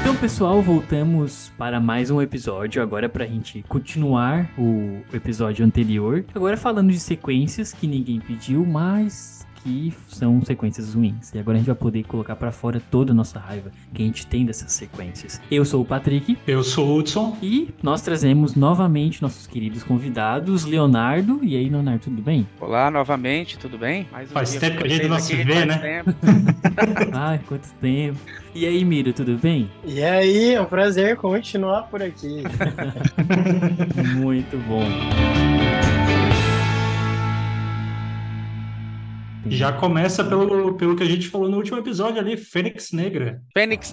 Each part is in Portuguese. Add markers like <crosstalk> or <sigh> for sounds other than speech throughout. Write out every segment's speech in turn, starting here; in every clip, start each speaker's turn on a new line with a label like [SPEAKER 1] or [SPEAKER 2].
[SPEAKER 1] Então, pessoal, voltamos para mais um episódio. Agora, para a gente continuar o episódio anterior. Agora, falando de sequências que ninguém pediu, mas que são sequências ruins. E agora a gente vai poder colocar para fora toda a nossa raiva que a gente tem dessas sequências. Eu sou o Patrick
[SPEAKER 2] Eu sou o Hudson.
[SPEAKER 1] e nós trazemos novamente nossos queridos convidados, Leonardo. E aí, Leonardo, tudo bem?
[SPEAKER 3] Olá, novamente, tudo bem? Mais um
[SPEAKER 2] Faz
[SPEAKER 3] dia
[SPEAKER 2] tempo
[SPEAKER 3] com
[SPEAKER 2] que a gente
[SPEAKER 3] vocês
[SPEAKER 2] não se
[SPEAKER 3] aqui,
[SPEAKER 2] vê,
[SPEAKER 3] faz
[SPEAKER 2] né?
[SPEAKER 3] tempo.
[SPEAKER 1] Ai, quanto tempo. E aí, Miro, tudo bem?
[SPEAKER 4] E aí, é um prazer continuar por aqui.
[SPEAKER 1] Muito bom.
[SPEAKER 2] Já começa pelo, pelo que a gente falou no último episódio ali, Fênix Negra.
[SPEAKER 3] Fênix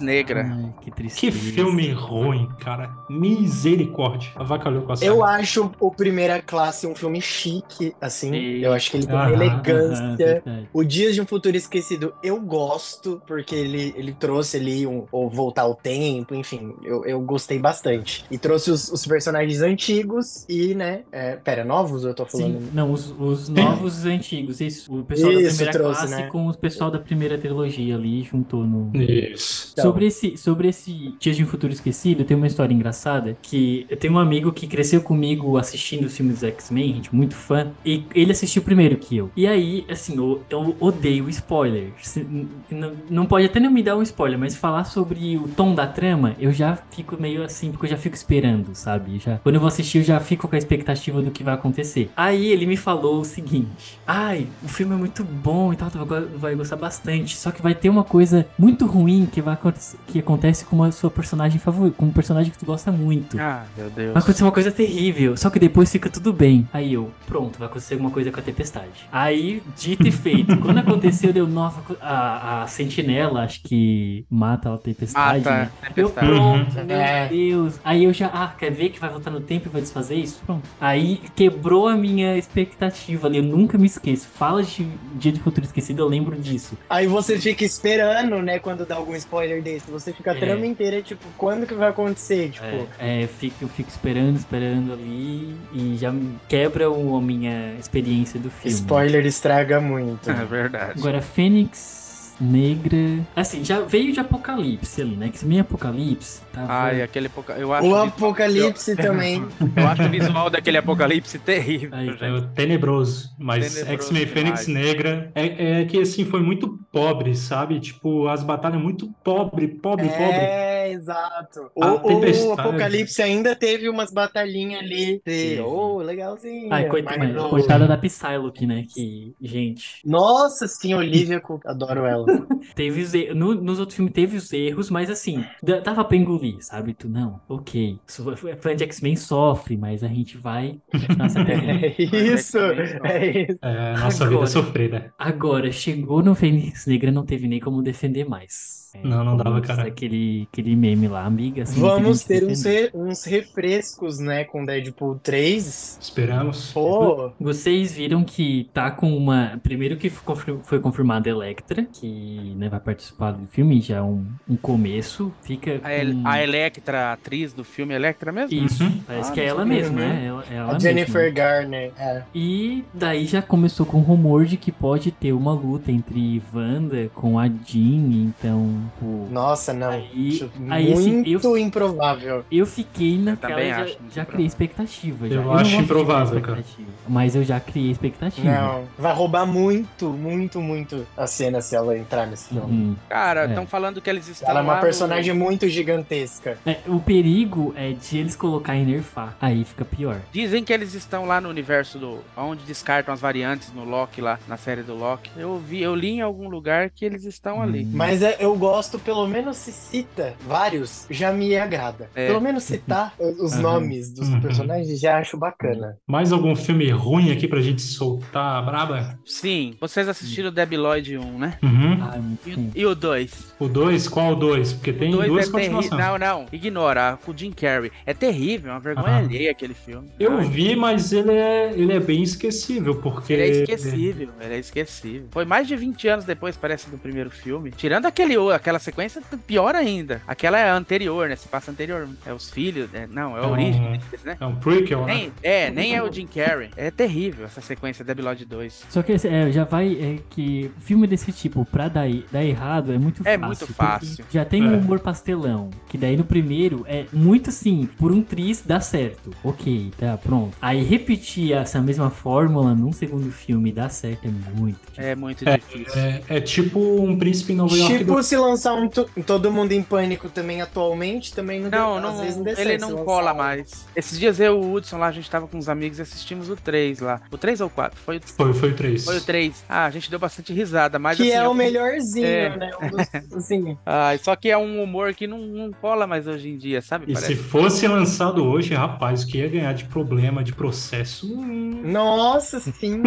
[SPEAKER 1] <laughs>
[SPEAKER 3] Negra.
[SPEAKER 1] Ai, que tristeza.
[SPEAKER 2] Que filme ruim, cara. Misericórdia. Avacalhou com a
[SPEAKER 4] <laughs> Eu
[SPEAKER 2] saga.
[SPEAKER 4] acho o Primeira Classe um filme chique, assim.
[SPEAKER 1] Sim.
[SPEAKER 4] Eu acho que ele tem uma
[SPEAKER 2] Aham,
[SPEAKER 1] Aham,
[SPEAKER 4] elegância.
[SPEAKER 1] verdade.
[SPEAKER 4] O Dias de um Futuro Esquecido eu gosto, porque ele, ele trouxe ali um, o Voltar ao Tempo, enfim, eu, eu gostei bastante. E trouxe os, os personagens antigos e, né, é, pera, novos eu tô falando?
[SPEAKER 1] Sim, não, os, os novos os antigos, isso, o pessoal da
[SPEAKER 4] Isso,
[SPEAKER 1] primeira
[SPEAKER 4] trouxe,
[SPEAKER 1] classe
[SPEAKER 4] né?
[SPEAKER 1] com o pessoal da primeira trilogia ali, juntou no...
[SPEAKER 2] Isso.
[SPEAKER 4] Então.
[SPEAKER 1] Sobre esse, sobre esse Dias de um Futuro Esquecido, tem uma história engraçada que eu tenho um amigo que cresceu comigo assistindo os filmes dos X-Men, gente, muito fã, e ele assistiu primeiro que eu. E aí, assim, eu, eu odeio spoiler. Se- n- n- Não pode até não me dar um spoiler, mas falar sobre o tom da trama, eu já fico meio assim, porque eu já fico esperando, sabe? Já, quando eu vou assistir, eu já fico com a expectativa do que vai acontecer. Aí ele me falou o seguinte: Ai, o filme é muito bom e tal, tu vai go- vai gostar bastante. Só que vai ter uma coisa muito ruim que vai acontecer, que acontece com a sua personagem favorita, com um personagem que tu gosta muito.
[SPEAKER 3] Ah, meu Deus.
[SPEAKER 1] Vai acontecer uma coisa terrível, só que depois fica tudo bem. Aí eu, pronto, vai acontecer alguma coisa com a tempestade. Aí, dito e feito, quando aconteceu, deu nova. co- A, a sentinela, acho que mata a tempestade. né?
[SPEAKER 3] Mata
[SPEAKER 1] Eu
[SPEAKER 3] tempestade.
[SPEAKER 1] pronto, meu
[SPEAKER 4] É.
[SPEAKER 1] Deus. Aí eu já, ah, quer ver que vai voltar no tempo e vai desfazer isso? Pronto. Aí quebrou a minha expectativa ali. Eu nunca me esqueço. Fala de Dia de Futuro Esquecido, eu lembro disso.
[SPEAKER 4] Aí você fica esperando, né, quando dá algum spoiler desse. Você fica a
[SPEAKER 1] É.
[SPEAKER 4] trama inteira, tipo, quando que vai acontecer? Tipo,
[SPEAKER 1] É, é, fico, eu fico esperando, esperando ali e já me- quebra o- a minha experiência do filme.
[SPEAKER 4] spoiler estraga muito.
[SPEAKER 3] <laughs> É verdade.
[SPEAKER 1] né? Agora, Fênix Negra. Assim, já veio de Apocalipse ali, né? Que se meio Apocalipse tá tava.
[SPEAKER 3] Ai, aquele apoca- eu acho,
[SPEAKER 4] O Apocalipse também.
[SPEAKER 3] eu acho o visual daquele apocalipse terrível.
[SPEAKER 1] Aí,
[SPEAKER 3] gente.
[SPEAKER 2] É tenebroso, mas
[SPEAKER 3] Tenebroso
[SPEAKER 2] X-Men
[SPEAKER 3] demais.
[SPEAKER 2] Fênix Negra é, é que assim foi muito pobre, sabe? Tipo, as batalhas muito pobre, pobre, pobre.
[SPEAKER 4] É, exato. O,
[SPEAKER 2] A
[SPEAKER 4] o
[SPEAKER 2] tempestade.
[SPEAKER 4] Apocalipse ainda teve umas batalhinhas ali.
[SPEAKER 1] Teve.
[SPEAKER 4] Oh, legalzinho.
[SPEAKER 1] Ai, coita-
[SPEAKER 4] Mas não-
[SPEAKER 1] coitada da Psylocke, né? Que, gente.
[SPEAKER 4] Nossa, sim, Olivia Cook.
[SPEAKER 1] <laughs>
[SPEAKER 4] Adoro ela.
[SPEAKER 1] Teve os er- no- nos outros filmes teve os erros, mas assim, da- dava pra engolir, sabe? Tu não, ok. Su- Fã de X-Men sofre, mas a gente vai. continuar
[SPEAKER 2] <laughs>
[SPEAKER 1] se apegando.
[SPEAKER 4] É isso.
[SPEAKER 3] Mas
[SPEAKER 4] É isso.
[SPEAKER 3] <laughs>
[SPEAKER 2] É, nossa
[SPEAKER 1] Agora.
[SPEAKER 2] vida sofrida.
[SPEAKER 1] Agora, chegou no Fênix Negra, não teve nem como defender mais. É,
[SPEAKER 2] Não, não
[SPEAKER 1] como
[SPEAKER 2] dava,
[SPEAKER 1] diz
[SPEAKER 2] cara.
[SPEAKER 1] Aquele, aquele meme lá, amiga. assim, não tem
[SPEAKER 4] Vamos
[SPEAKER 1] como
[SPEAKER 4] ter um
[SPEAKER 1] se
[SPEAKER 4] uns,
[SPEAKER 1] defender.
[SPEAKER 4] re- uns refrescos, né, com Deadpool 3.
[SPEAKER 2] Esperamos.
[SPEAKER 1] É,
[SPEAKER 4] Pô,
[SPEAKER 1] Vocês viram que tá com uma. Primeiro que foi confir- foi confirmada a Electra, que né, vai participar do filme, já é um, um começo. Fica.
[SPEAKER 3] A, El
[SPEAKER 1] com-
[SPEAKER 3] a Electra, a atriz do filme Electra mesmo?
[SPEAKER 1] Isso,
[SPEAKER 2] Uhum.
[SPEAKER 1] parece
[SPEAKER 3] Ah,
[SPEAKER 1] que é
[SPEAKER 3] não
[SPEAKER 1] ela
[SPEAKER 3] sabia.
[SPEAKER 1] mesma, né? Ela, é ela
[SPEAKER 4] a Jennifer
[SPEAKER 1] mesma.
[SPEAKER 4] Garner. É.
[SPEAKER 1] E daí já começou com rumor de que pode ter uma luta entre Wanda com a Jean, então, pô,
[SPEAKER 4] Nossa, não.
[SPEAKER 1] Aí-
[SPEAKER 4] Acho
[SPEAKER 1] aí, assim, eu-
[SPEAKER 4] muito improvável.
[SPEAKER 1] eu fiquei naquela,
[SPEAKER 3] também
[SPEAKER 1] já,
[SPEAKER 3] acho muito
[SPEAKER 1] já criei
[SPEAKER 3] provável.
[SPEAKER 1] expectativa. já.
[SPEAKER 2] Eu
[SPEAKER 1] não
[SPEAKER 2] acho
[SPEAKER 1] gosto de criar
[SPEAKER 2] improvável, cara.
[SPEAKER 1] expectativa, Mas eu já criei expectativa.
[SPEAKER 4] Não. Vai roubar muito, muito, muito a cena se ela entrar nesse filme.
[SPEAKER 1] Uhum.
[SPEAKER 3] Cara,
[SPEAKER 1] É.
[SPEAKER 3] estão falando que eles estão.
[SPEAKER 4] Ela é
[SPEAKER 3] lá
[SPEAKER 4] uma
[SPEAKER 3] no- né?
[SPEAKER 4] personagem muito gigantesca.
[SPEAKER 1] É, o perigo é de eles colocarem nerfar, aí fica pior.
[SPEAKER 3] Dizem que eles estão lá no universo do. onde descartam as variantes no Loki lá, na série do Loki. Eu vi, eu li em algum lugar que eles estão ali.
[SPEAKER 1] Hum.
[SPEAKER 4] Mas é- eu gosto, pelo menos se cita vários, já me agrada.
[SPEAKER 3] É.
[SPEAKER 4] Pelo menos citar <laughs> os
[SPEAKER 1] Aham.
[SPEAKER 4] nomes dos
[SPEAKER 2] Uhum.
[SPEAKER 4] personagens já acho bacana.
[SPEAKER 2] Mais algum filme ruim aqui pra gente soltar a braba?
[SPEAKER 3] Sim, vocês assistiram o Debiloid 1, né?
[SPEAKER 2] Uhum.
[SPEAKER 1] Ah, é muito
[SPEAKER 3] E,
[SPEAKER 1] ruim.
[SPEAKER 3] e o 2?
[SPEAKER 2] O 2? Qual o 2? Porque tem
[SPEAKER 3] Dois
[SPEAKER 2] duas
[SPEAKER 3] é terrível.
[SPEAKER 2] continuações.
[SPEAKER 3] Não, não. Ignora. ah, O Jim Carrey. É terrível. É uma vergonha
[SPEAKER 2] Ah.
[SPEAKER 3] alheia aquele filme.
[SPEAKER 2] Eu
[SPEAKER 3] Ai,
[SPEAKER 2] vi, mas ele é, ele é bem esquecível, porque.
[SPEAKER 3] é Ele é esquecível, ele é esquecível. Foi mais de 20 anos depois, parece, do primeiro filme. Tirando aquele, o- aquela sequência, pior ainda. Aquela é a anterior, né? Se passa anterior. É os filhos, né? não, é a
[SPEAKER 2] Então,
[SPEAKER 3] origem deles, né?
[SPEAKER 2] É um prequel, né?
[SPEAKER 3] Nem, é, nem é o Jim Carrey. É terrível essa sequência da Lodge 2.
[SPEAKER 1] Só que é, já vai é, que filme desse tipo, pra dar, dar errado, é muito
[SPEAKER 3] É
[SPEAKER 1] fácil.
[SPEAKER 3] muito
[SPEAKER 1] porque
[SPEAKER 3] fácil.
[SPEAKER 1] Já tem um
[SPEAKER 2] É.
[SPEAKER 1] humor pastelão, que daí no primeiro é muito assim, por um tris dá certo. Ok, tá, pronto. Aí repetir essa mesma fórmula num segundo filme e dá certo é muito. difícil.
[SPEAKER 3] É muito
[SPEAKER 2] É,
[SPEAKER 3] difícil.
[SPEAKER 2] É, é tipo um príncipe em Nova York do
[SPEAKER 4] Tipo, se lançar um to- Todo Mundo em Pânico também atualmente, também não,
[SPEAKER 3] Não,
[SPEAKER 4] deu- às
[SPEAKER 3] não,
[SPEAKER 4] vezes não deu
[SPEAKER 3] ele
[SPEAKER 4] certo, se
[SPEAKER 3] não
[SPEAKER 4] lançar
[SPEAKER 3] cola
[SPEAKER 4] um-
[SPEAKER 3] mais. Esses dias eu e o Hudson lá, a gente tava com uns amigos e assistimos o 3 lá. O 3 ou o 4? Foi o,
[SPEAKER 2] Foi, foi o 3.
[SPEAKER 3] foi o 3. Ah, a gente deu bastante risada, mas
[SPEAKER 4] Que
[SPEAKER 3] assim...
[SPEAKER 4] é
[SPEAKER 3] eu-
[SPEAKER 4] o melhorzinho,
[SPEAKER 3] É.
[SPEAKER 4] né? Um dos- assim,
[SPEAKER 3] Ah, só que é um humor que não, não cola mais hoje em dia, sabe?
[SPEAKER 2] E se fosse lançado hoje, rapaz, o que ia ganhar de problema, de processo? hum.
[SPEAKER 4] Nossa,
[SPEAKER 3] <laughs>
[SPEAKER 4] sim.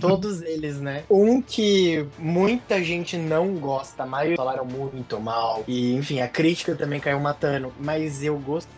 [SPEAKER 4] Todos eles, né? Um que muita gente não gosta, mas falaram muito mal. E, enfim, a crítica também caiu matando. Mas eu gostei.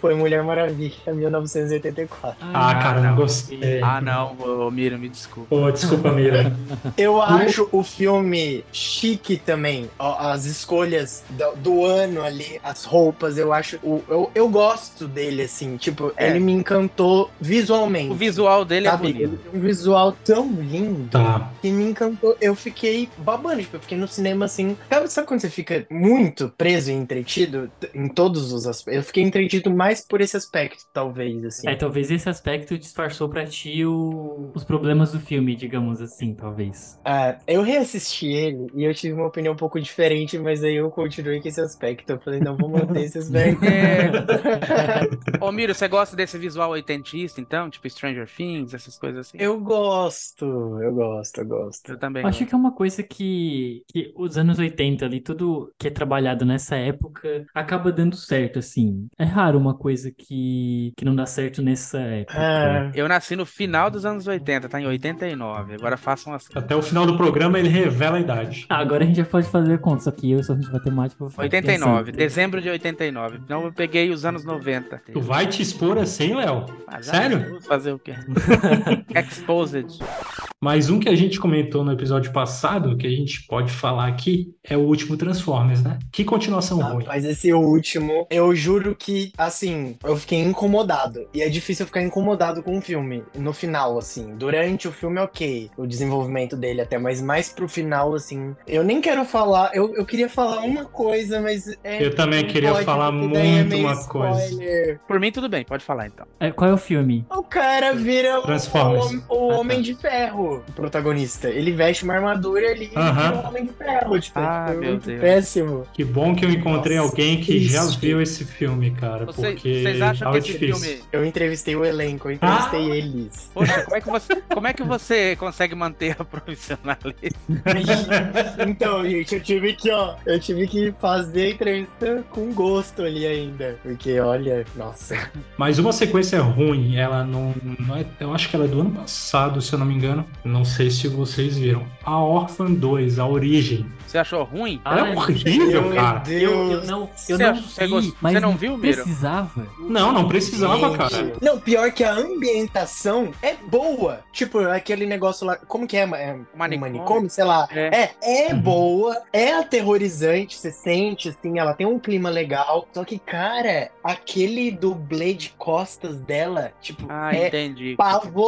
[SPEAKER 4] Foi Mulher Maravilha, <laughs> 1984.
[SPEAKER 2] Ah, cara, não
[SPEAKER 3] não.
[SPEAKER 2] gostei.
[SPEAKER 3] Ah, não, ô, ô, Miro, me desculpa.
[SPEAKER 2] Pô, desculpa, Mira.
[SPEAKER 3] Hum?
[SPEAKER 4] Eu acho o filme chique também. Ó, As escolhas do, do ano ali, as roupas, eu acho. o- eu, eu gosto dele, assim. Tipo,
[SPEAKER 3] É.
[SPEAKER 4] ele me encantou visualmente.
[SPEAKER 3] O visual dele é
[SPEAKER 4] sabe?
[SPEAKER 3] bonito.
[SPEAKER 4] Ele tem um visual tão lindo.
[SPEAKER 2] <laughs> Tá.
[SPEAKER 4] que me encantou. Eu fiquei babando, tipo, eu fiquei no cinema assim. Sabe, sabe quando você fica muito preso e entretido t- em todos os aspectos? Eu fiquei entretido mais por esse aspecto, talvez, assim.
[SPEAKER 1] É, talvez esse aspecto disfarçou pra ti o- os problemas do filme, digamos assim, talvez.
[SPEAKER 4] Ah, eu reassisti ele e eu tive uma opinião um pouco diferente, mas aí eu continuei com esse aspecto. Eu falei, não, vou manter esse aspecto.
[SPEAKER 3] É... Ô, Miro, você gosta desse visual oitentista, então? Tipo Stranger Things, essas coisas assim?
[SPEAKER 4] Eu gosto, eu gosto, eu gosto.
[SPEAKER 3] Eu também.
[SPEAKER 1] Acho que é uma coisa que, que os anos 80 ali, tudo que é trabalhado nessa época, acaba dando certo, assim. É raro uma coisa que, que não dá certo nessa época.
[SPEAKER 4] Ah,
[SPEAKER 3] Eu nasci no final dos anos 80, tá em 89. Agora façam as.
[SPEAKER 2] Até o final do programa ele revela a idade.
[SPEAKER 1] Ah, agora a gente já pode fazer a conta, só que eu sou ruim de matemática. vou ficar
[SPEAKER 3] 89,
[SPEAKER 1] pensando.
[SPEAKER 3] dezembro de 89. Então eu peguei os anos 90.
[SPEAKER 2] Tu vai te expor assim, Léo?
[SPEAKER 3] Mas, ah,
[SPEAKER 2] Sério?
[SPEAKER 3] vou
[SPEAKER 2] <laughs>
[SPEAKER 3] Fazer o quê? Exposed.
[SPEAKER 2] Mas um que a gente comentou no episódio passado, que a gente pode falar aqui, é o último Transformers, né? Que continuação
[SPEAKER 3] Ah,
[SPEAKER 2] ruim.
[SPEAKER 4] Tá, Mas esse último, eu juro que, assim, eu fiquei incomodado. E é difícil eu ficar incomodado com o filme. No final, assim, durante o filme, ok. O desenvolvimento dele é até, mas mais pro final, assim. Eu nem quero falar. Eu, eu queria falar uma coisa, mas. É,
[SPEAKER 2] Eu também
[SPEAKER 4] não
[SPEAKER 2] queria
[SPEAKER 4] pode,
[SPEAKER 2] falar
[SPEAKER 4] porque daí é
[SPEAKER 2] muito
[SPEAKER 4] meio
[SPEAKER 2] uma coisa.
[SPEAKER 4] spoiler.
[SPEAKER 3] Por mim, tudo bem, pode falar então.
[SPEAKER 1] É, qual é o filme?
[SPEAKER 4] O cara vira o,
[SPEAKER 2] Transformers. Ah, tá.
[SPEAKER 4] o hom- o Homem de Ferro, o protagonista. Ele veste uma armadura ali e
[SPEAKER 2] Aham.
[SPEAKER 4] vira o Homem de Ferro. Tipo,
[SPEAKER 3] Ah,
[SPEAKER 4] é
[SPEAKER 3] meu
[SPEAKER 4] muito
[SPEAKER 3] Deus.
[SPEAKER 4] péssimo.
[SPEAKER 2] Que bom que eu encontrei
[SPEAKER 4] Nossa,
[SPEAKER 2] alguém que
[SPEAKER 4] isso.
[SPEAKER 2] já viu esse filme, cara,
[SPEAKER 3] Vocês,
[SPEAKER 2] É porque
[SPEAKER 3] vocês acham
[SPEAKER 2] tava
[SPEAKER 3] que esse
[SPEAKER 2] difícil.
[SPEAKER 3] filme.
[SPEAKER 4] Eu entrevistei o elenco, eu entrevistei
[SPEAKER 2] Ah!
[SPEAKER 4] eles.
[SPEAKER 3] Poxa,
[SPEAKER 2] <laughs>
[SPEAKER 3] como é, que você, como é que você consegue manter a <laughs> profissionalidade?
[SPEAKER 4] Então, gente, eu tive que, ó, eu tive que fazer a entrevista com gosto ali ainda. Porque, olha, nossa.
[SPEAKER 2] Mas uma sequência ruim, ela não, não é. Eu acho que ela é do ano passado, se eu não me engano. Não sei se vocês viram. A Orphan 2, a origem.
[SPEAKER 3] Você achou ruim?
[SPEAKER 1] Ah,
[SPEAKER 2] ela é horrível, cara.
[SPEAKER 1] Eu, eu não, eu
[SPEAKER 3] Você
[SPEAKER 1] não
[SPEAKER 3] ach- você
[SPEAKER 1] vi,
[SPEAKER 3] gost-
[SPEAKER 1] mas
[SPEAKER 3] você não viu, Miro?
[SPEAKER 1] precisava.
[SPEAKER 2] Não, não precisava,
[SPEAKER 4] Gente.
[SPEAKER 2] cara.
[SPEAKER 4] Não, pior que a ambientação é boa. Tipo, aquele negócio lá. Como que é? ma- é um
[SPEAKER 3] Manicômio.
[SPEAKER 4] manicômio, sei lá.
[SPEAKER 3] É.
[SPEAKER 4] É, é
[SPEAKER 2] Uhum.
[SPEAKER 4] boa, é aterrorizante, você sente, assim, ela tem um clima legal. Só que, cara, aquele dublê de costas dela, tipo,
[SPEAKER 3] Ah,
[SPEAKER 4] é
[SPEAKER 3] entendi.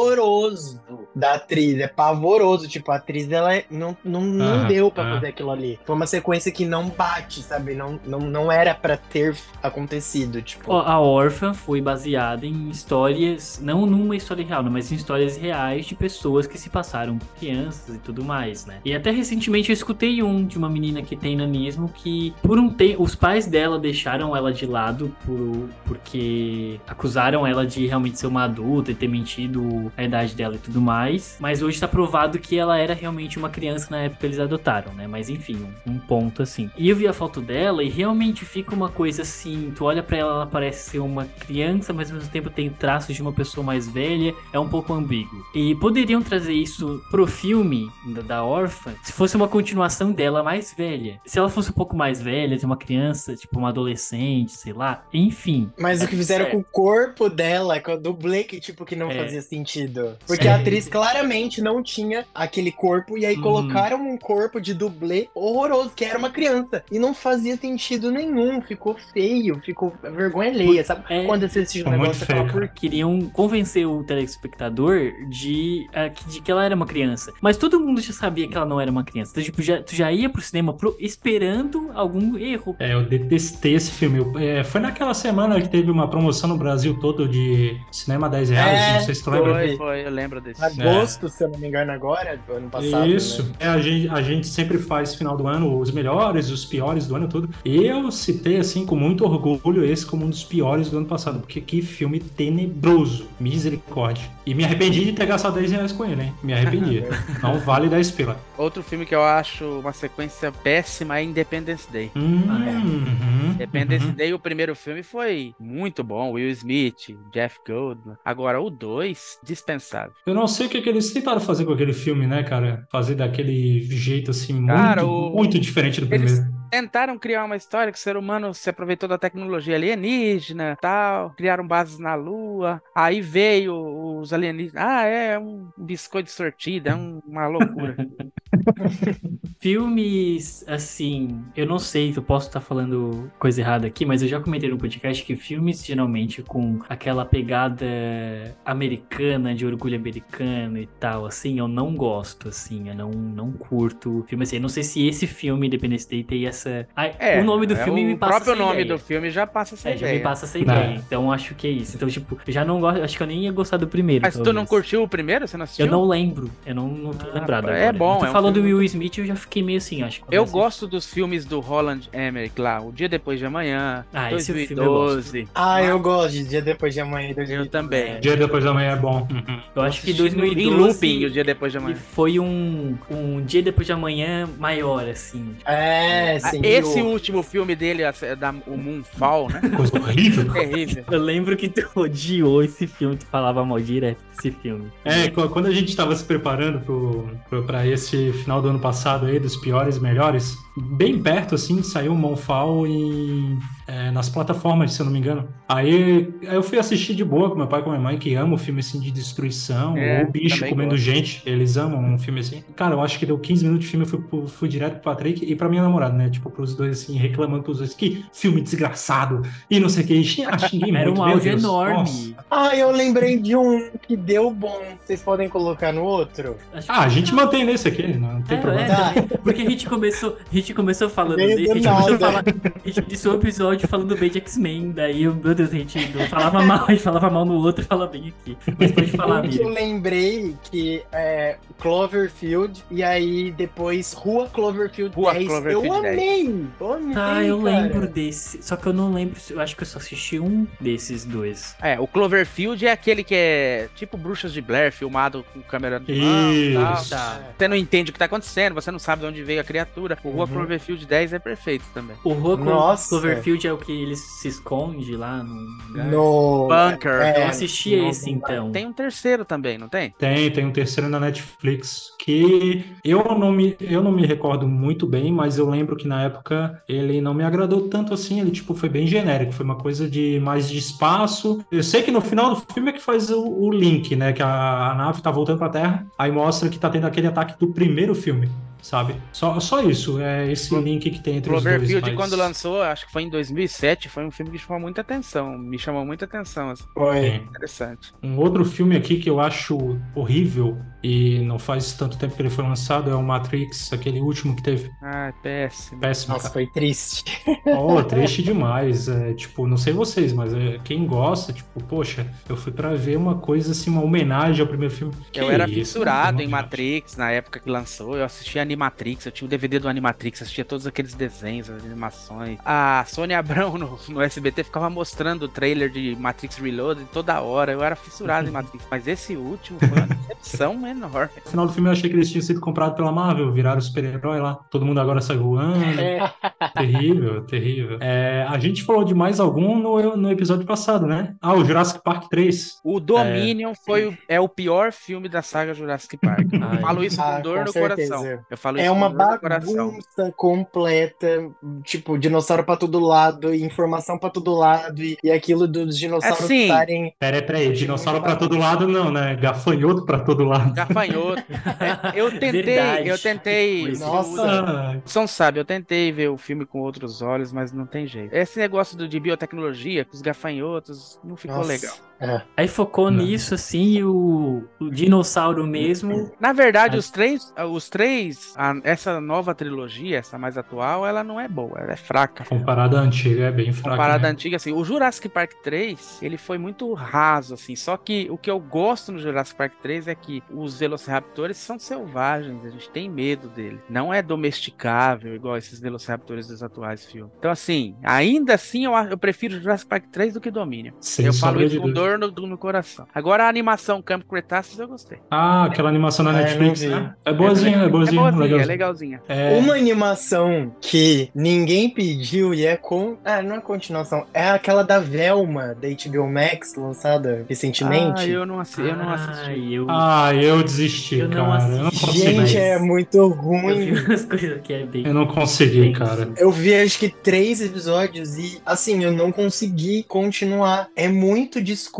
[SPEAKER 4] pavoroso da atriz. É pavoroso. Tipo, a atriz ela é- não, não, não
[SPEAKER 2] Ah,
[SPEAKER 4] deu pra
[SPEAKER 2] ah.
[SPEAKER 4] fazer aquilo ali. Foi uma sequência que não bate, sabe? Não, não, não era pra ter acontecido. Tipo,
[SPEAKER 1] Ó, A Órfã foi baseada em histórias, não numa história real, né, mas em histórias reais de pessoas que se passaram por crianças e tudo mais, né? E até recentemente eu escutei um de uma menina que tem nanismo que, por um tempo, os pais dela deixaram ela de lado por, porque acusaram ela de realmente ser uma adulta e ter mentido a idade dela e tudo mais. Mas hoje tá provado que ela era realmente uma criança na época que eles adotaram, né? Mas enfim, um, um ponto assim. E eu vi a foto dela e realmente fica uma coisa assim: tu olha pra ela, ela parece ser uma criança, mas ao mesmo tempo tem traços de uma pessoa mais velha. É um pouco ambíguo. E poderiam trazer isso pro filme da, da órfã se fosse uma continuação dela mais velha. Se ela fosse um pouco mais velha, de uma criança, tipo uma adolescente, sei lá. Enfim.
[SPEAKER 4] mas o que fizeram com o corpo dela, com o dublê que, tipo, que não
[SPEAKER 1] É.
[SPEAKER 4] fazia sentido. Porque
[SPEAKER 1] É.
[SPEAKER 4] a atriz Mas claramente não tinha aquele corpo. E aí
[SPEAKER 2] Uhum.
[SPEAKER 4] colocaram um corpo de dublê horroroso, que era uma criança. E não fazia sentido nenhum. Ficou feio, ficou vergonha alheia, sabe?
[SPEAKER 1] É.
[SPEAKER 4] Quando você assiste um
[SPEAKER 2] Ficou muito
[SPEAKER 4] negócio, você fala,
[SPEAKER 2] feio,
[SPEAKER 4] por
[SPEAKER 2] cara.
[SPEAKER 1] Queriam convencer o telespectador de, ah, que- de que ela era uma criança. Mas todo mundo já sabia que ela não era uma criança. Então, tipo, já, tu já ia pro cinema pro- esperando algum erro.
[SPEAKER 2] É, eu detestei esse filme. Eu- é, foi naquela semana que teve uma promoção no Brasil todo de cinema 10 reais,
[SPEAKER 4] É,
[SPEAKER 2] não sei se tu lembra.
[SPEAKER 3] Foi, foi, eu lembro desse.
[SPEAKER 4] Agosto, se eu não me engano, agora, do ano passado.
[SPEAKER 2] Isso.
[SPEAKER 4] né?
[SPEAKER 2] É, a, gente, a gente sempre faz final do ano os melhores, os piores do ano todo. Eu citei assim com muito orgulho esse como um dos piores do ano passado, porque que filme tenebroso, misericórdia. E me arrependi de ter gastado 10 reais com ele, hein? Me
[SPEAKER 3] <laughs>
[SPEAKER 2] arrependi. Não vale 10 pila.
[SPEAKER 3] Outro filme que eu acho uma sequência péssima é Independence Day.
[SPEAKER 2] Hum,
[SPEAKER 1] Ah, é.
[SPEAKER 2] uhum,
[SPEAKER 3] Independence
[SPEAKER 2] uhum.
[SPEAKER 3] Day, o primeiro filme foi muito bom. Will Smith, Jeff Goldblum. Agora, o dois, dispensável.
[SPEAKER 2] Eu não sei o que, que eles tentaram fazer com aquele filme, né, cara? Fazer daquele jeito assim, muito,
[SPEAKER 3] Cara, o-
[SPEAKER 2] muito diferente do
[SPEAKER 3] Eles-
[SPEAKER 2] primeiro.
[SPEAKER 3] Tentaram criar uma história que o ser humano se aproveitou da tecnologia alienígena tal, criaram bases na Lua, aí veio os alienígenas. Ah, é um biscoito de sortida, é um- uma loucura.
[SPEAKER 1] <laughs> Filmes, assim, eu não sei, eu posso estar falando coisa errada aqui, mas eu já comentei no podcast que filmes geralmente com aquela pegada americana, de orgulho americano e tal, assim, eu não gosto, assim, eu não, não curto filme assim. Eu não sei se esse filme, Independence Day, tem essa. Ah,
[SPEAKER 3] É,
[SPEAKER 1] o nome do
[SPEAKER 3] é
[SPEAKER 1] filme me
[SPEAKER 3] O
[SPEAKER 1] passa
[SPEAKER 3] próprio
[SPEAKER 1] essa
[SPEAKER 3] nome
[SPEAKER 1] ideia.
[SPEAKER 3] do filme já passa essa
[SPEAKER 1] É, já me
[SPEAKER 3] ideia.
[SPEAKER 1] passa essa
[SPEAKER 2] Não.
[SPEAKER 1] ideia, então acho que é isso. Então, tipo, eu já não gosto, acho que eu nem ia gostar do primeiro.
[SPEAKER 3] Mas tu não
[SPEAKER 1] talvez.
[SPEAKER 3] curtiu o primeiro? Você não assistiu?
[SPEAKER 1] Eu não lembro, eu não, não tô
[SPEAKER 3] Ah,
[SPEAKER 1] lembrado.
[SPEAKER 3] é
[SPEAKER 1] agora.
[SPEAKER 3] bom,
[SPEAKER 1] Tu
[SPEAKER 3] é um
[SPEAKER 1] falou do
[SPEAKER 3] filme
[SPEAKER 1] Will Smith, eu já fiquei meio assim, acho que.
[SPEAKER 3] Eu
[SPEAKER 1] vou assistir.
[SPEAKER 3] gosto dos filmes do Roland Emmerich lá, O Dia Depois de Amanhã,
[SPEAKER 1] Ah, esse filme eu
[SPEAKER 3] 2012.
[SPEAKER 4] Ah, eu gosto de Dia Depois de Amanhã. dois
[SPEAKER 3] Eu
[SPEAKER 4] mil-
[SPEAKER 3] também.
[SPEAKER 2] Dia depois da manhã é bom. Uhum.
[SPEAKER 1] Eu acho que
[SPEAKER 3] Assisti no-
[SPEAKER 1] 2012
[SPEAKER 3] Em looping, O Dia Depois de
[SPEAKER 1] ele
[SPEAKER 3] Amanhã.
[SPEAKER 1] foi um, um dia depois de amanhã maior, assim.
[SPEAKER 4] É, sim.
[SPEAKER 3] Ah, Esse
[SPEAKER 4] o-
[SPEAKER 3] último filme dele, a- da, o Moonfall,
[SPEAKER 1] <laughs>
[SPEAKER 3] né?
[SPEAKER 2] Coisa horrível.
[SPEAKER 3] Terrível.
[SPEAKER 1] Eu lembro que tu odiou esse filme, tu falava mal direto desse filme.
[SPEAKER 2] É, qu- quando a gente estava se preparando pro, pro, pra esse final do ano passado aí, dos piores e melhores, bem perto, assim, saiu o Monfal em, é, nas plataformas, se eu não me engano. Aí, aí eu fui assistir de boa com meu pai e com minha mãe, que amam filme, assim, de destruição,
[SPEAKER 3] É,
[SPEAKER 2] ou bicho
[SPEAKER 3] também
[SPEAKER 2] comendo
[SPEAKER 3] gosto.
[SPEAKER 2] gente, eles amam um filme assim. Cara, eu acho que deu 15 minutos de filme, eu fui, pro- fui direto pro Patrick e pra minha namorada, né? Tipo, pros dois, assim, reclamando pros dois, que filme desgraçado, e não sei o que, ah, xinguei
[SPEAKER 1] Era
[SPEAKER 2] muito,
[SPEAKER 1] um
[SPEAKER 2] meu
[SPEAKER 1] áudio
[SPEAKER 2] Deus,
[SPEAKER 1] enorme.
[SPEAKER 2] nossa.
[SPEAKER 4] Ah, eu lembrei de um que deu bom. Vocês podem colocar no outro?
[SPEAKER 1] Acho
[SPEAKER 2] Ah, a
[SPEAKER 1] que-
[SPEAKER 2] gente mantém nesse aqui, não tem
[SPEAKER 1] É,
[SPEAKER 2] problema.
[SPEAKER 1] é,
[SPEAKER 4] Tá.
[SPEAKER 1] Porque a gente começou, a gente começou falando
[SPEAKER 4] Meio
[SPEAKER 1] dele, a gente
[SPEAKER 4] do
[SPEAKER 1] começou a falar,
[SPEAKER 4] nada.
[SPEAKER 1] a gente iniciou o episódio falando bem de X-Men, daí, eu- meu Deus, a gente não falava mal, a gente falava mal no outro e falava bem aqui. Mas pode falar,
[SPEAKER 4] Um que eu
[SPEAKER 1] amigo.
[SPEAKER 4] lembrei que é Cloverfield e aí depois Rua Cloverfield
[SPEAKER 3] Rua
[SPEAKER 4] 10.
[SPEAKER 3] Cloverfield
[SPEAKER 4] eu
[SPEAKER 3] 10.
[SPEAKER 4] amei! Eu amei,
[SPEAKER 1] Tá, eu
[SPEAKER 4] cara.
[SPEAKER 1] lembro desse, só que eu não lembro, se- eu acho que eu só assisti um desses dois.
[SPEAKER 3] É, o Cloverfield é aquele que é tipo Bruxas de Blair, filmado com câmera de mão e tal.
[SPEAKER 2] Isso.
[SPEAKER 1] Tá.
[SPEAKER 3] Você não entende o que tá acontecendo, você não sabe de onde veio a criatura. O Rua
[SPEAKER 4] Uhum.
[SPEAKER 3] Cloverfield 10 é perfeito também.
[SPEAKER 1] O Rua Clo-
[SPEAKER 4] Nossa.
[SPEAKER 1] Cloverfield é o que ele se esconde lá num lugar.
[SPEAKER 4] No.
[SPEAKER 3] Bunker.
[SPEAKER 1] Eu
[SPEAKER 4] É,
[SPEAKER 1] assisti
[SPEAKER 4] no-
[SPEAKER 1] esse então.
[SPEAKER 3] Tem um terceiro também, não tem?
[SPEAKER 2] Tem, tem um terceiro na Netflix que eu não me, eu não me recordo muito bem, mas eu lembro que na época ele não me agradou tanto assim, ele tipo foi bem genérico, foi uma coisa de mais de espaço. Eu sei que no final do filme é que faz o, o link, né, que a, a nave tá voltando pra Terra, aí mostra que tá tendo aquele ataque do primeiro filme, sabe? Só, só isso, é esse link que tem entre os dois.
[SPEAKER 3] Cloverfield,
[SPEAKER 2] mas-
[SPEAKER 3] quando lançou, acho que foi em 2007, foi um filme que chamou muita atenção. Me chamou muita atenção, assim,
[SPEAKER 4] Foi.
[SPEAKER 2] Tem.
[SPEAKER 3] interessante.
[SPEAKER 2] Um outro filme aqui que eu acho horrível e não faz tanto tempo que ele foi lançado é o Matrix, aquele último que teve.
[SPEAKER 3] Ah, péssimo.
[SPEAKER 2] Péssimo,
[SPEAKER 4] Nossa, foi triste.
[SPEAKER 2] cara. Oh, triste demais. É, tipo, não sei vocês, mas é, quem gosta, tipo, poxa, eu fui pra ver uma coisa assim, uma homenagem ao primeiro filme. Que
[SPEAKER 3] eu era
[SPEAKER 2] isso,
[SPEAKER 3] fissurado
[SPEAKER 2] não,
[SPEAKER 3] em
[SPEAKER 2] não,
[SPEAKER 3] Matrix na época que lançou. Eu assistia Animatrix, eu tinha o DVD do Animatrix, assistia todos aqueles desenhos, as animações. A Sônia Abrão no, <laughs> no SBT ficava mostrando o trailer de Matrix Reloaded toda hora. Eu
[SPEAKER 1] <laughs>
[SPEAKER 3] era fissurado em Matrix, mas esse último foi uma decepção <laughs> enorme.
[SPEAKER 2] No final do filme eu achei que eles tinham sido comprados pela Marvel, viraram super-herói lá. Todo mundo agora sai
[SPEAKER 3] <laughs>
[SPEAKER 2] voando.
[SPEAKER 4] É,
[SPEAKER 2] terrível, terrível. É, a gente falou de mais algum no, no episódio passado, né? Ah, o Jurassic Park 3.
[SPEAKER 3] O Dominion foi o, é o é pior filme da saga Jurassic Park.
[SPEAKER 1] Ai.
[SPEAKER 3] Falo isso com
[SPEAKER 4] Ah,
[SPEAKER 3] dor
[SPEAKER 4] com
[SPEAKER 3] no
[SPEAKER 4] certeza.
[SPEAKER 3] coração. Eu Eu falo
[SPEAKER 4] É
[SPEAKER 3] isso com
[SPEAKER 4] uma
[SPEAKER 3] dor no coração.
[SPEAKER 4] bagunça completa, tipo, dinossauro pra todo lado, e informação pra todo lado, e, e aquilo dos dinossauros
[SPEAKER 3] Assim,
[SPEAKER 4] estarem.
[SPEAKER 2] Peraí, peraí, dinossauro pra todo lado não, né? Gafanhoto pra todo lado.
[SPEAKER 4] <laughs>
[SPEAKER 3] Gafanhoto. É, eu tentei,
[SPEAKER 1] Verdade.
[SPEAKER 3] eu tentei.
[SPEAKER 1] Pois é.
[SPEAKER 4] Nossa.
[SPEAKER 2] Ah,
[SPEAKER 3] São sabe, eu tentei ver o filme com outros olhos, mas não tem jeito. Esse negócio do, de biotecnologia, com os gafanhotos, não ficou
[SPEAKER 4] Nossa.
[SPEAKER 3] legal.
[SPEAKER 4] É.
[SPEAKER 1] Aí focou
[SPEAKER 2] Não.
[SPEAKER 1] nisso, assim, e o, o dinossauro mesmo.
[SPEAKER 3] Na verdade,
[SPEAKER 1] Mas-
[SPEAKER 3] os três, os três, a- essa nova trilogia, essa mais atual, ela não é boa, ela é fraca.
[SPEAKER 2] <laughs> comparada à antiga, é bem fraca.
[SPEAKER 3] Comparada à
[SPEAKER 2] né?
[SPEAKER 3] antiga, assim, o Jurassic Park 3, ele foi muito raso, assim. Só que o que eu gosto no Jurassic Park 3 é que os Velociraptores são selvagens, a gente tem medo dele. Não é domesticável, igual esses Velociraptores dos atuais filmes. Então, assim, ainda assim, eu, a- eu prefiro Jurassic Park 3 do que Dominion.
[SPEAKER 2] Sem
[SPEAKER 3] eu falo
[SPEAKER 2] sombra
[SPEAKER 3] isso
[SPEAKER 2] de
[SPEAKER 3] com
[SPEAKER 2] dúvida.
[SPEAKER 3] dor no, no coração. Agora, a animação Camp Cretaceous, eu gostei.
[SPEAKER 2] Ah, aquela animação na
[SPEAKER 4] É,
[SPEAKER 2] Netflix,
[SPEAKER 4] não vi.
[SPEAKER 2] né? É boazinha, é
[SPEAKER 3] É
[SPEAKER 2] boazinha,
[SPEAKER 3] boazinha,
[SPEAKER 2] legal.
[SPEAKER 3] é legalzinha.
[SPEAKER 2] É,
[SPEAKER 4] Uma animação que ninguém pediu e é com. Ah, não é continuação. É aquela da Velma, da HBO Max, lançada recentemente.
[SPEAKER 3] Ah, eu não, assi eu não assisti.
[SPEAKER 1] Ai, eu,
[SPEAKER 2] Ah, eu desisti,
[SPEAKER 1] Eu não
[SPEAKER 2] cara. Eu não
[SPEAKER 1] assisti,
[SPEAKER 2] consegui.
[SPEAKER 4] Gente,
[SPEAKER 1] mas-
[SPEAKER 4] é muito
[SPEAKER 1] eu
[SPEAKER 4] ruim.
[SPEAKER 1] vi umas coisas que é bem.
[SPEAKER 2] Eu não consegui,
[SPEAKER 1] bem-
[SPEAKER 2] cara.
[SPEAKER 4] Eu vi acho que três episódios e assim, eu não consegui continuar. É muito discurso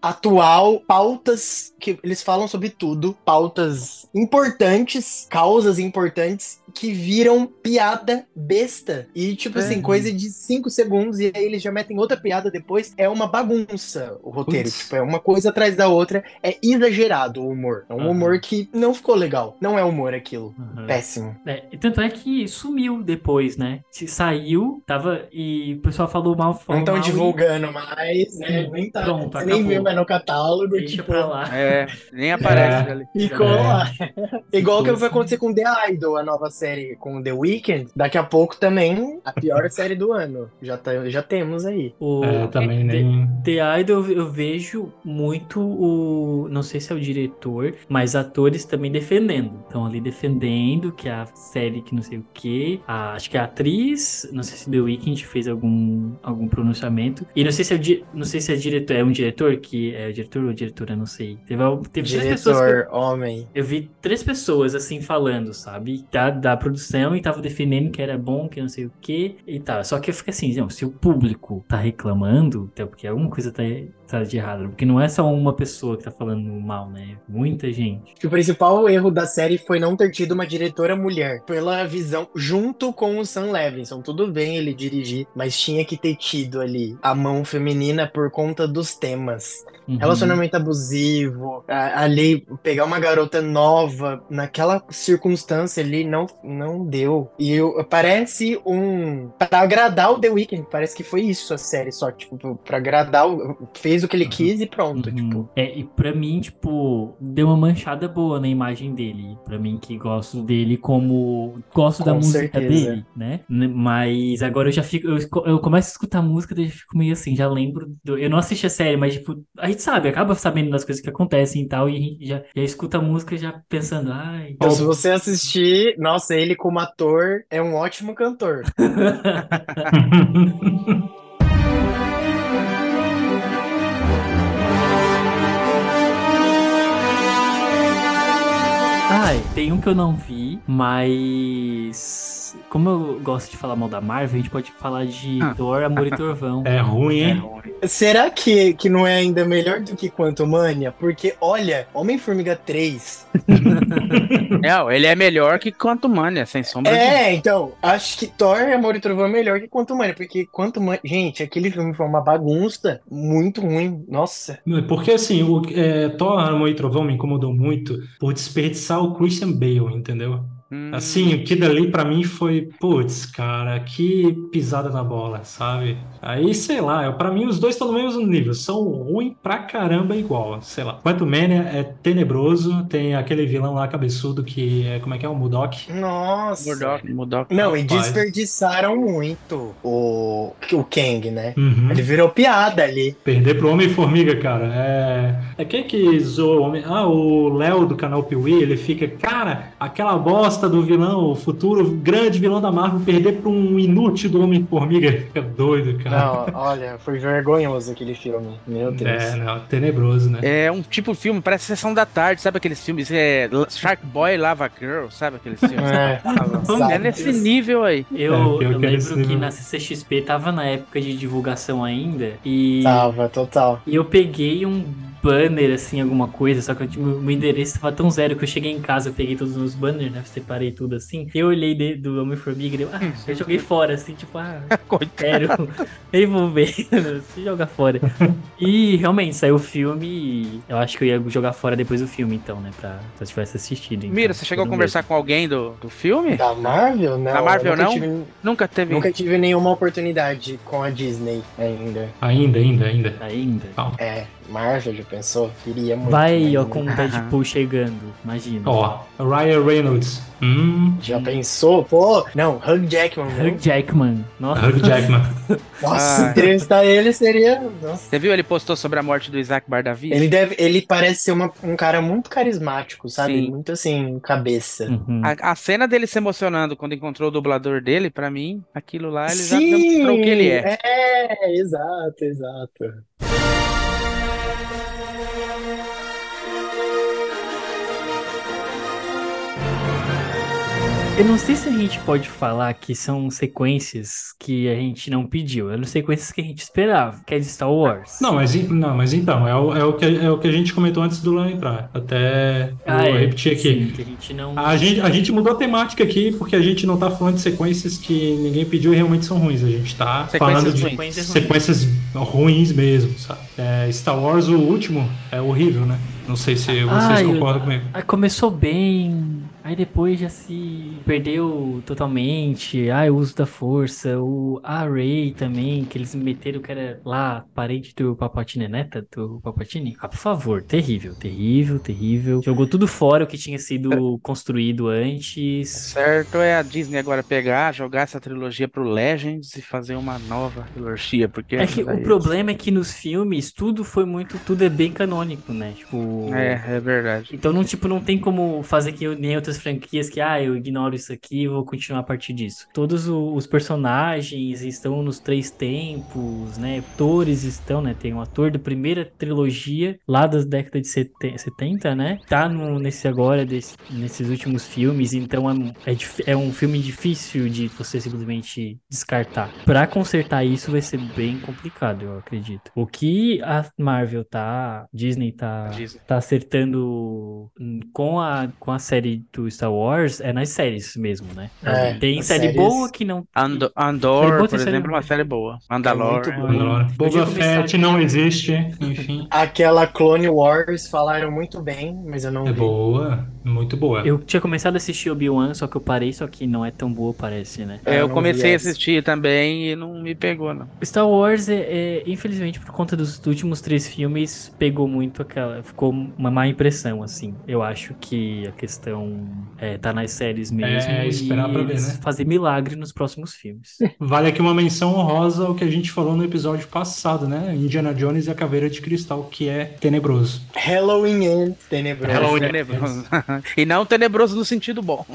[SPEAKER 4] atual, pautas que eles falam sobre tudo, pautas importantes, causas importantes que viram piada besta. E tipo assim,
[SPEAKER 1] Uhum.
[SPEAKER 3] É.
[SPEAKER 4] coisa de cinco segundos e aí eles já metem outra piada depois. É uma bagunça o roteiro,
[SPEAKER 2] Putz.
[SPEAKER 4] tipo, é uma coisa atrás da outra. É exagerado o humor. É um
[SPEAKER 1] Aham.
[SPEAKER 4] humor que não ficou legal. Não é humor aquilo.
[SPEAKER 1] Aham.
[SPEAKER 4] Péssimo.
[SPEAKER 1] É, e tanto é que sumiu depois, né? Se saiu, tava. E o pessoal falou mal,
[SPEAKER 4] Não
[SPEAKER 1] falou
[SPEAKER 4] estão
[SPEAKER 1] mal e
[SPEAKER 4] divulgando mais, né? Nem tá.
[SPEAKER 1] Pronto,
[SPEAKER 4] você nem
[SPEAKER 1] acabou.
[SPEAKER 4] viu mais no catálogo,
[SPEAKER 1] Deixa
[SPEAKER 4] tipo,
[SPEAKER 1] pra lá.
[SPEAKER 3] É, nem aparece
[SPEAKER 2] É.
[SPEAKER 3] ali.
[SPEAKER 4] ficou
[SPEAKER 2] É.
[SPEAKER 4] lá. <laughs> Igual que
[SPEAKER 1] Ficou
[SPEAKER 4] vai
[SPEAKER 1] assim.
[SPEAKER 4] acontecer com The Idol, a nova série com The Weeknd. Daqui a pouco também a pior <laughs> série do ano. Já, tá, já temos aí.
[SPEAKER 1] O,
[SPEAKER 2] É, também
[SPEAKER 1] The-
[SPEAKER 2] nem.
[SPEAKER 1] <laughs> The Idol eu vejo muito o. Não sei se é o diretor, mas atores também defendendo. Estão ali defendendo que a série que não sei o quê. a- acho que a atriz. Não sei se The Weeknd fez algum, algum pronunciamento. E não sei se é o di- não sei se é diretor. É um diretor que. É diretor ou diretora, não sei. Teve, al- teve três pessoas. que eu-
[SPEAKER 4] Diretor, homem.
[SPEAKER 1] eu vi três pessoas assim falando, sabe? Da, da produção e tava defendendo que era bom, que não sei o que e tal. Só que eu fico assim, não, se o público tá reclamando, então porque alguma coisa tá, tá de errado. Porque não é só uma pessoa que tá falando mal, né? Muita gente.
[SPEAKER 4] Que o principal erro da série foi não ter tido uma diretora mulher. Pela visão, junto com o Sam Levinson. Tudo bem ele dirigir, mas tinha que ter tido ali a mão feminina por conta dos temas.
[SPEAKER 1] Uhum.
[SPEAKER 4] relacionamento abusivo, a- ali pegar uma garota nova naquela circunstância ali não não deu. E eu- parece um para agradar o The Weeknd, parece que foi isso a série só, tipo, para agradar, o- fez o que ele
[SPEAKER 1] Uhum.
[SPEAKER 4] quis e pronto,
[SPEAKER 1] Uhum.
[SPEAKER 4] tipo.
[SPEAKER 1] É, e pra mim, tipo, deu uma manchada boa na imagem dele. Pra mim, que gosto dele como. Gosto da
[SPEAKER 4] Com
[SPEAKER 1] música
[SPEAKER 4] certeza.
[SPEAKER 1] dele, né? N- Mas agora eu já fico. Eu, esco- eu começo a escutar a música, daí eu fico meio assim, já lembro. do- eu não assisti a série, mas, tipo, a gente sabe, acaba sabendo das coisas que acontecem e tal, e a gente já, já escuta a música já pensando, ai.
[SPEAKER 4] Então, se você assistir, nossa, ele como ator é um ótimo cantor. <laughs>
[SPEAKER 1] Ai, tem um que eu não vi, mas. Como eu gosto de falar mal da Marvel, a gente pode falar de
[SPEAKER 3] Ah.
[SPEAKER 1] Thor, Amor e
[SPEAKER 4] <laughs>
[SPEAKER 1] Torvão.
[SPEAKER 2] É ruim,
[SPEAKER 3] É
[SPEAKER 2] hein?
[SPEAKER 3] ruim.
[SPEAKER 4] Será que, que não é ainda melhor do que Quantumania? Porque, olha, Homem-Formiga 3
[SPEAKER 3] Não, ele é melhor que Quanto Mania, sem sombra de
[SPEAKER 4] É, então, acho que Thor e Amor e Trovão é melhor que Quanto Mania, porque Quanto Mania. Gente, aquele filme foi uma bagunça muito ruim. Nossa.
[SPEAKER 2] Porque assim, o é, Thor, Amor e Trovão me incomodou muito por desperdiçar o Christian Bale, entendeu?
[SPEAKER 3] Hum,
[SPEAKER 2] Assim, o que dali pra mim foi, putz, cara, que pisada na bola, sabe? Aí, sei lá, eu- pra mim os dois estão no mesmo nível, são ruim pra caramba igual, sei lá. Quanto Mania é tenebroso, tem aquele vilão lá cabeçudo que é, como é que é, o Mudok?
[SPEAKER 4] Nossa.
[SPEAKER 3] Murdoch, Murdoch.
[SPEAKER 4] Não, e
[SPEAKER 2] Rapaz.
[SPEAKER 4] desperdiçaram muito o, o Kang, né?
[SPEAKER 2] Uhum.
[SPEAKER 4] Ele virou piada ali.
[SPEAKER 2] Perder pro Homem-Formiga, cara. É... é quem que zoa o Homem... Ah, o Léo do canal Piuí, ele fica, cara, aquela bosta bosta do vilão, o futuro grande vilão da Marvel, perder pra um inútil do Homem-Formiga. Fica doido, cara.
[SPEAKER 4] Não, olha, foi vergonhoso aquele filme. Meu Deus.
[SPEAKER 2] é, não, tenebroso, né?
[SPEAKER 3] É um tipo de filme, parece Sessão da Tarde, sabe aqueles filmes? É, Shark Boy, Lava Girl, sabe aqueles filmes?
[SPEAKER 4] É.
[SPEAKER 3] É nesse nível aí.
[SPEAKER 1] Eu,
[SPEAKER 2] É, pior que
[SPEAKER 1] eu
[SPEAKER 2] era esse
[SPEAKER 1] lembro que
[SPEAKER 2] mesmo.
[SPEAKER 1] na CCXP tava na época de divulgação ainda e,
[SPEAKER 3] Tá.
[SPEAKER 4] Tava, total.
[SPEAKER 1] e eu peguei um banner, assim, alguma coisa, só que eu, tinha- meu endereço tava tão zero que eu cheguei em casa, eu peguei todos os meus banners, né, separei tudo assim, eu olhei de- do Homem-Formiga e eu, ah, eu joguei fora, assim, tipo, ah,
[SPEAKER 3] Coitado.
[SPEAKER 1] sério, nem vou ver, <laughs> se joga fora. E realmente, saiu o filme e eu acho que eu ia jogar fora depois do filme, então, né, pra, se eu tivesse assistido. então,
[SPEAKER 3] <laughs> Mira, você chegou a
[SPEAKER 1] tudo
[SPEAKER 3] conversar com alguém do, do filme?
[SPEAKER 4] Da Marvel? Não.
[SPEAKER 3] Da Marvel,
[SPEAKER 4] eu nunca
[SPEAKER 3] não?
[SPEAKER 4] Tive,
[SPEAKER 3] Nunca teve.
[SPEAKER 4] Tá. nunca tive nenhuma oportunidade com a Disney ainda.
[SPEAKER 2] Ainda, ainda, ainda.
[SPEAKER 1] mesmo. Ainda.
[SPEAKER 4] É, Marvel, já pensou? Queria muito.
[SPEAKER 1] Vai,
[SPEAKER 4] mas
[SPEAKER 1] ó,
[SPEAKER 3] né?
[SPEAKER 4] não.
[SPEAKER 1] com o Deadpool chegando, imagina.
[SPEAKER 2] Ó, Ryan Reynolds. Hum,
[SPEAKER 4] Já pensou? Pô, não, Hugh Jackman.
[SPEAKER 1] Hugh
[SPEAKER 4] não.
[SPEAKER 1] Jackman. Nossa,
[SPEAKER 2] Hugh Jackman.
[SPEAKER 4] Nossa,
[SPEAKER 3] Ah.
[SPEAKER 4] <laughs> entrevistar ele seria... Nossa.
[SPEAKER 3] Você viu ele postou sobre a morte do Isaac Bardavi?
[SPEAKER 4] Ele, deve, ele parece ser uma- um cara muito carismático, sabe?
[SPEAKER 3] Sim. Hum.
[SPEAKER 4] Muito assim, cabeça.
[SPEAKER 1] uhum.
[SPEAKER 3] A, a cena dele se emocionando quando encontrou o dublador dele, pra mim, aquilo lá, Ah, ele já
[SPEAKER 4] Sim,
[SPEAKER 3] mostrou o que ele é.
[SPEAKER 4] É, exato, exato.
[SPEAKER 1] eu não sei se a gente pode falar que são sequências que a gente não pediu. Eram sequências que a gente esperava, que é de Star Wars.
[SPEAKER 2] Não, mas, en- não, mas então, é o, é, o que, é o que a gente comentou antes do Léo entrar. Até
[SPEAKER 1] Ah,
[SPEAKER 2] vou
[SPEAKER 1] é,
[SPEAKER 2] repetir aqui.
[SPEAKER 1] sim, que a gente não.
[SPEAKER 2] A gente, a gente mudou a temática aqui porque a gente não tá falando de sequências que ninguém pediu e realmente são ruins. A gente tá
[SPEAKER 3] Sequências
[SPEAKER 2] falando de
[SPEAKER 3] ruins.
[SPEAKER 1] Sequências ruins.
[SPEAKER 2] sequências ruins mesmo, sabe? É, Star Wars, o último, é horrível, né? Não sei se vocês
[SPEAKER 1] Ai, eu-
[SPEAKER 2] concordam comigo.
[SPEAKER 1] Aí Ah, começou bem, aí depois já se perdeu totalmente. Ah, o uso da força, o a Rey também, que eles meteram que era lá, parente do Papatine, neta do Papatine. Ah, por favor, terrível, terrível, terrível. Jogou tudo fora o que tinha
[SPEAKER 2] É.
[SPEAKER 1] sido construído antes.
[SPEAKER 3] Certo é a Disney agora pegar, jogar essa trilogia pro Legends e fazer uma nova trilogia, porque
[SPEAKER 1] É que
[SPEAKER 3] aí-
[SPEAKER 1] o problema é que nos filmes tudo foi muito, tudo é bem canônico, né? Tipo,
[SPEAKER 3] É, é verdade.
[SPEAKER 1] Então, não, tipo, não tem como fazer que eu- nem outras franquias que, ah, eu ignoro isso aqui e vou continuar a partir disso. Todos o- os personagens estão nos três tempos, né? Atores estão, né? Tem um ator da primeira trilogia, lá das décadas de 70, 70, né? Tá no, nesse agora, desse- nesses últimos filmes, então é, um- é, dif- é um filme difícil de você simplesmente descartar. Pra consertar isso vai ser bem complicado, eu acredito. O que a Marvel tá, Disney tá
[SPEAKER 4] Ah.
[SPEAKER 3] a Disney.
[SPEAKER 1] tá acertando hum, com a, com a série do Star Wars é nas séries mesmo, né?
[SPEAKER 4] É,
[SPEAKER 1] tem
[SPEAKER 4] as
[SPEAKER 1] série
[SPEAKER 4] séries-
[SPEAKER 1] boa que não.
[SPEAKER 3] Ando-
[SPEAKER 1] Série boa,
[SPEAKER 3] Andor,
[SPEAKER 1] tem
[SPEAKER 3] por
[SPEAKER 1] série
[SPEAKER 3] exemplo, é
[SPEAKER 1] boa.
[SPEAKER 3] uma série boa.
[SPEAKER 4] É muito
[SPEAKER 3] Mandalor.
[SPEAKER 4] boa.
[SPEAKER 2] Agora, Boba
[SPEAKER 1] Podia começar
[SPEAKER 2] Fett não existe, enfim.
[SPEAKER 4] Aquela Clone Wars falaram muito bem, mas eu não
[SPEAKER 2] É
[SPEAKER 4] vi.
[SPEAKER 2] boa, muito boa.
[SPEAKER 1] Eu tinha começado a assistir Obi-Wan, só que eu parei, só que não é tão boa, parece, né?
[SPEAKER 3] É, Eu
[SPEAKER 4] não
[SPEAKER 3] comecei
[SPEAKER 4] vi
[SPEAKER 3] a
[SPEAKER 4] essa.
[SPEAKER 3] assistir também e não me pegou, não.
[SPEAKER 1] Star Wars, é, é, infelizmente, por conta dos últimos três filmes, pegou muito aquela. Ficou uma má impressão, assim. Eu acho que a questão é, tá nas séries mesmo.
[SPEAKER 2] esperar
[SPEAKER 1] e
[SPEAKER 2] pra ver,
[SPEAKER 1] eles
[SPEAKER 2] né?
[SPEAKER 1] fazer milagre nos próximos filmes.
[SPEAKER 2] Vale aqui uma menção honrosa ao que a gente falou no episódio passado, né? Indiana Jones e a Caveira de Cristal, que é tenebroso.
[SPEAKER 4] Halloween Ends
[SPEAKER 3] É
[SPEAKER 4] Tenebroso.
[SPEAKER 2] Halloween.
[SPEAKER 3] Tenebroso. <laughs> e não tenebroso no sentido bom.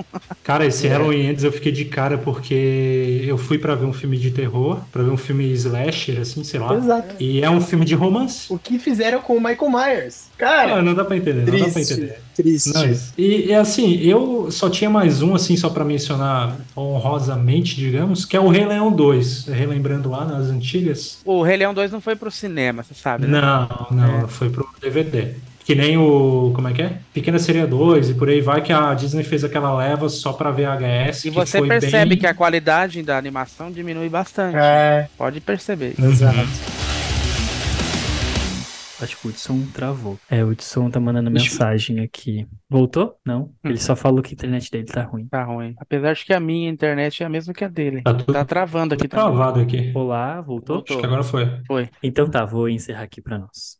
[SPEAKER 2] Cara, esse Halloween Ends eu fiquei de cara porque eu fui pra ver um filme de terror, pra ver um filme slasher, assim, sei lá.
[SPEAKER 4] Exato.
[SPEAKER 2] E é um filme de romance.
[SPEAKER 4] O que fizeram com o Michael Myers? Cara,
[SPEAKER 2] Ah, não dá pra entender, não dá pra
[SPEAKER 4] triste.
[SPEAKER 2] entender.
[SPEAKER 4] Triste.
[SPEAKER 2] Ah, Não, é e, e assim, eu só tinha mais um, assim, só pra mencionar honrosamente, digamos, que é o Rei Leão 2. Relembrando lá nas antigas.
[SPEAKER 3] O Rei Leão 2 não foi pro cinema, você sabe, né?
[SPEAKER 2] Não, não, foi pro DVD. Que nem o. Como é que é? Pequena Seria 2 e por aí vai que a Disney fez aquela leva só pra VHS.
[SPEAKER 3] E
[SPEAKER 2] que
[SPEAKER 3] você
[SPEAKER 2] foi
[SPEAKER 3] percebe
[SPEAKER 2] bem-
[SPEAKER 3] que a qualidade da animação diminui bastante.
[SPEAKER 4] É,
[SPEAKER 3] Pode perceber.
[SPEAKER 2] Exato.
[SPEAKER 1] Acho que o Hudson travou. É, o Hudson tá mandando mensagem aqui. Voltou? Não. Ele só falou que a internet dele tá ruim.
[SPEAKER 3] Tá ruim. Apesar de que a minha internet é a mesma que a dele.
[SPEAKER 2] Tá tudo
[SPEAKER 3] Tá travando aqui também.
[SPEAKER 2] travado aqui.
[SPEAKER 1] Olá, voltou?
[SPEAKER 3] Voltou.
[SPEAKER 2] Acho que agora foi.
[SPEAKER 1] Então tá, vou encerrar aqui pra nós.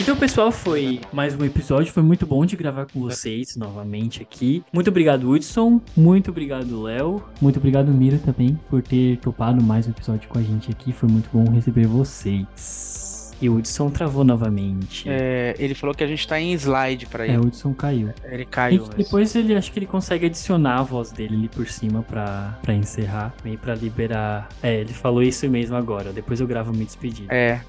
[SPEAKER 1] Então, pessoal, foi mais um episódio. Foi muito bom de gravar com vocês novamente aqui. Muito obrigado, Hudson. Muito obrigado, Léo. Muito obrigado, Mira, também, por ter topado mais um episódio com a gente aqui. Foi muito bom receber vocês. E o Hudson travou novamente.
[SPEAKER 3] É, ele falou que a gente tá em slide pra
[SPEAKER 1] É,
[SPEAKER 3] ele.
[SPEAKER 1] o Hudson caiu.
[SPEAKER 3] Ele
[SPEAKER 1] E
[SPEAKER 3] caiu.
[SPEAKER 1] que
[SPEAKER 3] mas-
[SPEAKER 1] depois ele acho que ele consegue adicionar a voz dele ali por cima pra, pra encerrar e pra liberar. É, ele falou isso mesmo agora. Depois eu gravo me despedindo.
[SPEAKER 3] É.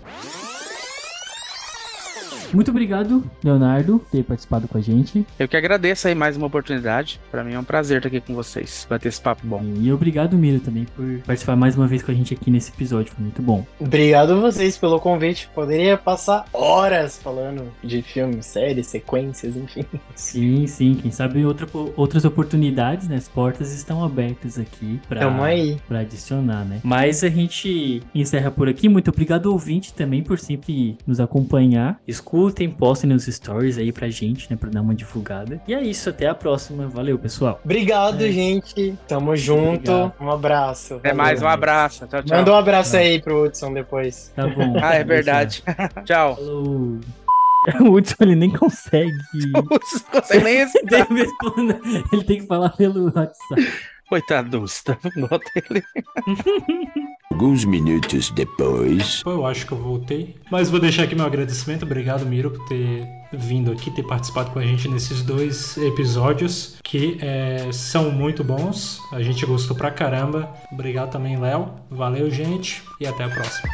[SPEAKER 1] Muito obrigado, Leonardo, por ter participado com a gente.
[SPEAKER 3] Eu que agradeço aí mais uma oportunidade. Pra mim é um prazer estar aqui com vocês, bater esse papo bom.
[SPEAKER 1] E obrigado, Miro, também por participar mais uma vez com a gente aqui nesse episódio. Foi muito bom.
[SPEAKER 4] Obrigado a vocês pelo convite. Poderia passar horas falando de filmes, séries, sequências, enfim.
[SPEAKER 1] Sim, sim. Quem sabe outra, outras oportunidades, né? As portas estão abertas aqui pra,
[SPEAKER 4] Tamo aí.
[SPEAKER 1] pra adicionar, né? Mas a gente encerra por aqui. Muito obrigado, ouvinte, também por sempre nos acompanhar. Escutem, postem nos stories aí pra gente, né? Pra dar uma divulgada. E é isso. Até a próxima. Valeu, pessoal.
[SPEAKER 4] Obrigado,
[SPEAKER 1] É.
[SPEAKER 4] gente. Tamo junto.
[SPEAKER 1] Obrigado.
[SPEAKER 4] Um abraço.
[SPEAKER 3] Até mais, um abraço. Tchau, tchau.
[SPEAKER 4] Manda um abraço
[SPEAKER 1] Tchau.
[SPEAKER 4] aí pro Hudson depois.
[SPEAKER 1] <laughs> Tá bom.
[SPEAKER 3] Ah, é verdade. <laughs> tchau.
[SPEAKER 1] Falou. <laughs> O Hudson, ele nem <laughs> consegue.
[SPEAKER 3] Vocês conseguem nem esse.
[SPEAKER 1] Ele tem que responder. Ele tem que falar pelo WhatsApp.
[SPEAKER 3] Coitado do Gustavo. <laughs> Nota ele.
[SPEAKER 5] Alguns minutos depois.
[SPEAKER 2] Pô, eu acho que eu voltei. Mas vou deixar aqui meu agradecimento. Obrigado, Miro, por ter vindo aqui, ter participado com a gente nesses dois episódios que é, são muito bons. A gente gostou pra caramba. Obrigado também, Léo. Valeu, gente, e até a próxima.